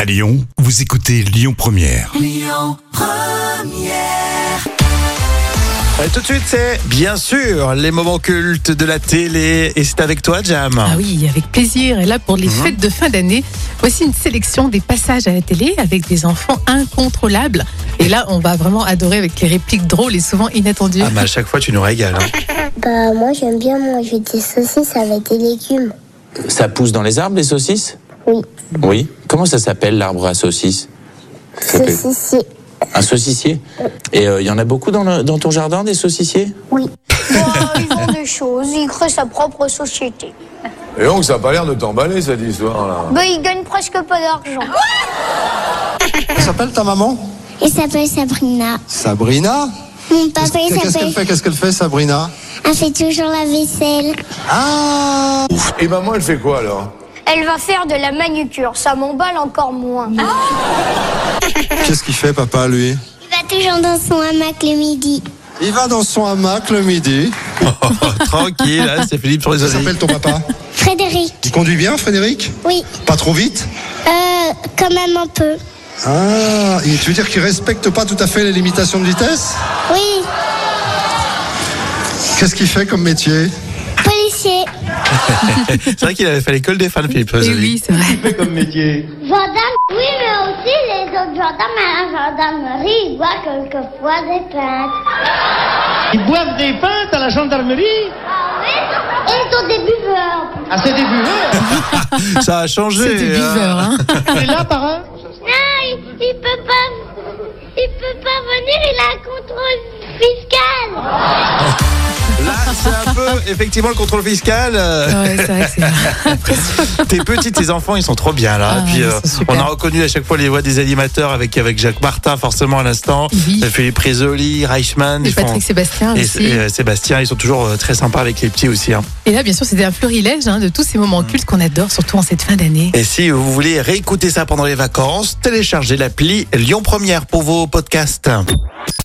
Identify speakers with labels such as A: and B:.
A: À Lyon, vous écoutez Lyon Première.
B: Et tout de suite, c'est bien sûr les moments cultes de la télé. Et c'est avec toi, Jam.
C: Ah oui, avec plaisir. Et là, pour les fêtes de fin d'année, voici une sélection des passages à la télé avec des enfants incontrôlables. Et là, on va vraiment adorer avec les répliques drôles et souvent inattendues.
B: Ah, mais à chaque fois, tu nous régales. hein.
D: Bah moi j'aime bien manger des saucisses avec des légumes.
E: Ça pousse dans les arbres, les saucisses
D: Oui,
E: Oui. Comment ça s'appelle l'arbre à saucisses Ça
F: ben-
E: s'appelle
D: saucissier.
E: Un saucissier Et euh, il y en a beaucoup dans, le- dans ton jardin, des saucissiers
D: Oui.
G: ils vendent des choses, ils créent sa propre société.
H: Et donc, ça n'a pas l'air de t'emballer, cette histoire-là.
G: Ben, ils gagnent presque pas d'argent.
F: Elle s'appelle ta maman
D: Il s'appelle Sabrina.
F: Sabrina
D: Mon papa il
F: Qu'est-ce qu'elle
D: s'appelle.
F: fait Qu'est-ce qu'elle fait Sabrina
D: Elle fait toujours la vaisselle.
F: Ah
H: Et maman, Eh ben, elle fait quoi, alors
G: Elle va faire de la manucure, ça m'emballe encore moins.
F: Qu'est-ce qu'il fait papa lui
D: Il va toujours dans son hamac le midi.
F: Il va dans son hamac le midi.
B: Tranquille, hein, c'est Philippe sur les
F: Comment
B: oreilles.
F: s'appelle ton papa
D: Frédéric,
F: Tu conduis bien Frédéric
D: oui.
F: Pas trop vite
D: Euh, quand même un peu.
F: Ah, et tu veux dire qu'il respecte pas tout à fait les limitations de vitesse
D: Oui,
F: Qu'est-ce qu'il fait comme métier
D: policier.
B: C'est vrai qu'il avait fait l'école des fans, Philippe sur les
C: Et
B: oreilles.
C: oui, c'est vrai.
D: Gendarme, oui, mais aussi les autres gendarmes à la gendarmerie, ils voient quelquefois des plaintes.
I: Ils boivent des pintes à la gendarmerie
D: Ah, Et ils sont des buveurs.
I: à ses débuts.
B: Ça a changé.
C: C'était
B: hein.
C: buveur. Hein.
I: Et là, par un
D: Non, Ah, il, il peut pas. Il peut pas venir, il a un contrôle fiscal.
B: Là, c'est un peu, effectivement, le contrôle fiscal. euh,
C: Ah Ouais, c'est vrai que c'est impressionnant.
B: Tes petits, tes enfants, ils sont trop bien, là.
C: Ah,
B: Et Puis, euh,
C: ils sont super.
B: on a reconnu à chaque fois les voix des animateurs avec, avec Jacques Martin, forcément, à l'instant.
C: Oui.
B: Philippe Risoli, Reichmann.
C: Et
B: ils font-
C: Patrick Sébastien
B: et,
C: aussi.
B: et, euh, Sébastien, ils sont toujours euh, très sympas avec les petits aussi. hein.
C: Et là, bien sûr, c'était un florilège hein, de tous ces moments cultes qu'on adore, surtout en cette fin d'année.
B: Et si vous voulez réécouter ça pendant les vacances, téléchargez l'appli Lyon Première pour vos podcasts.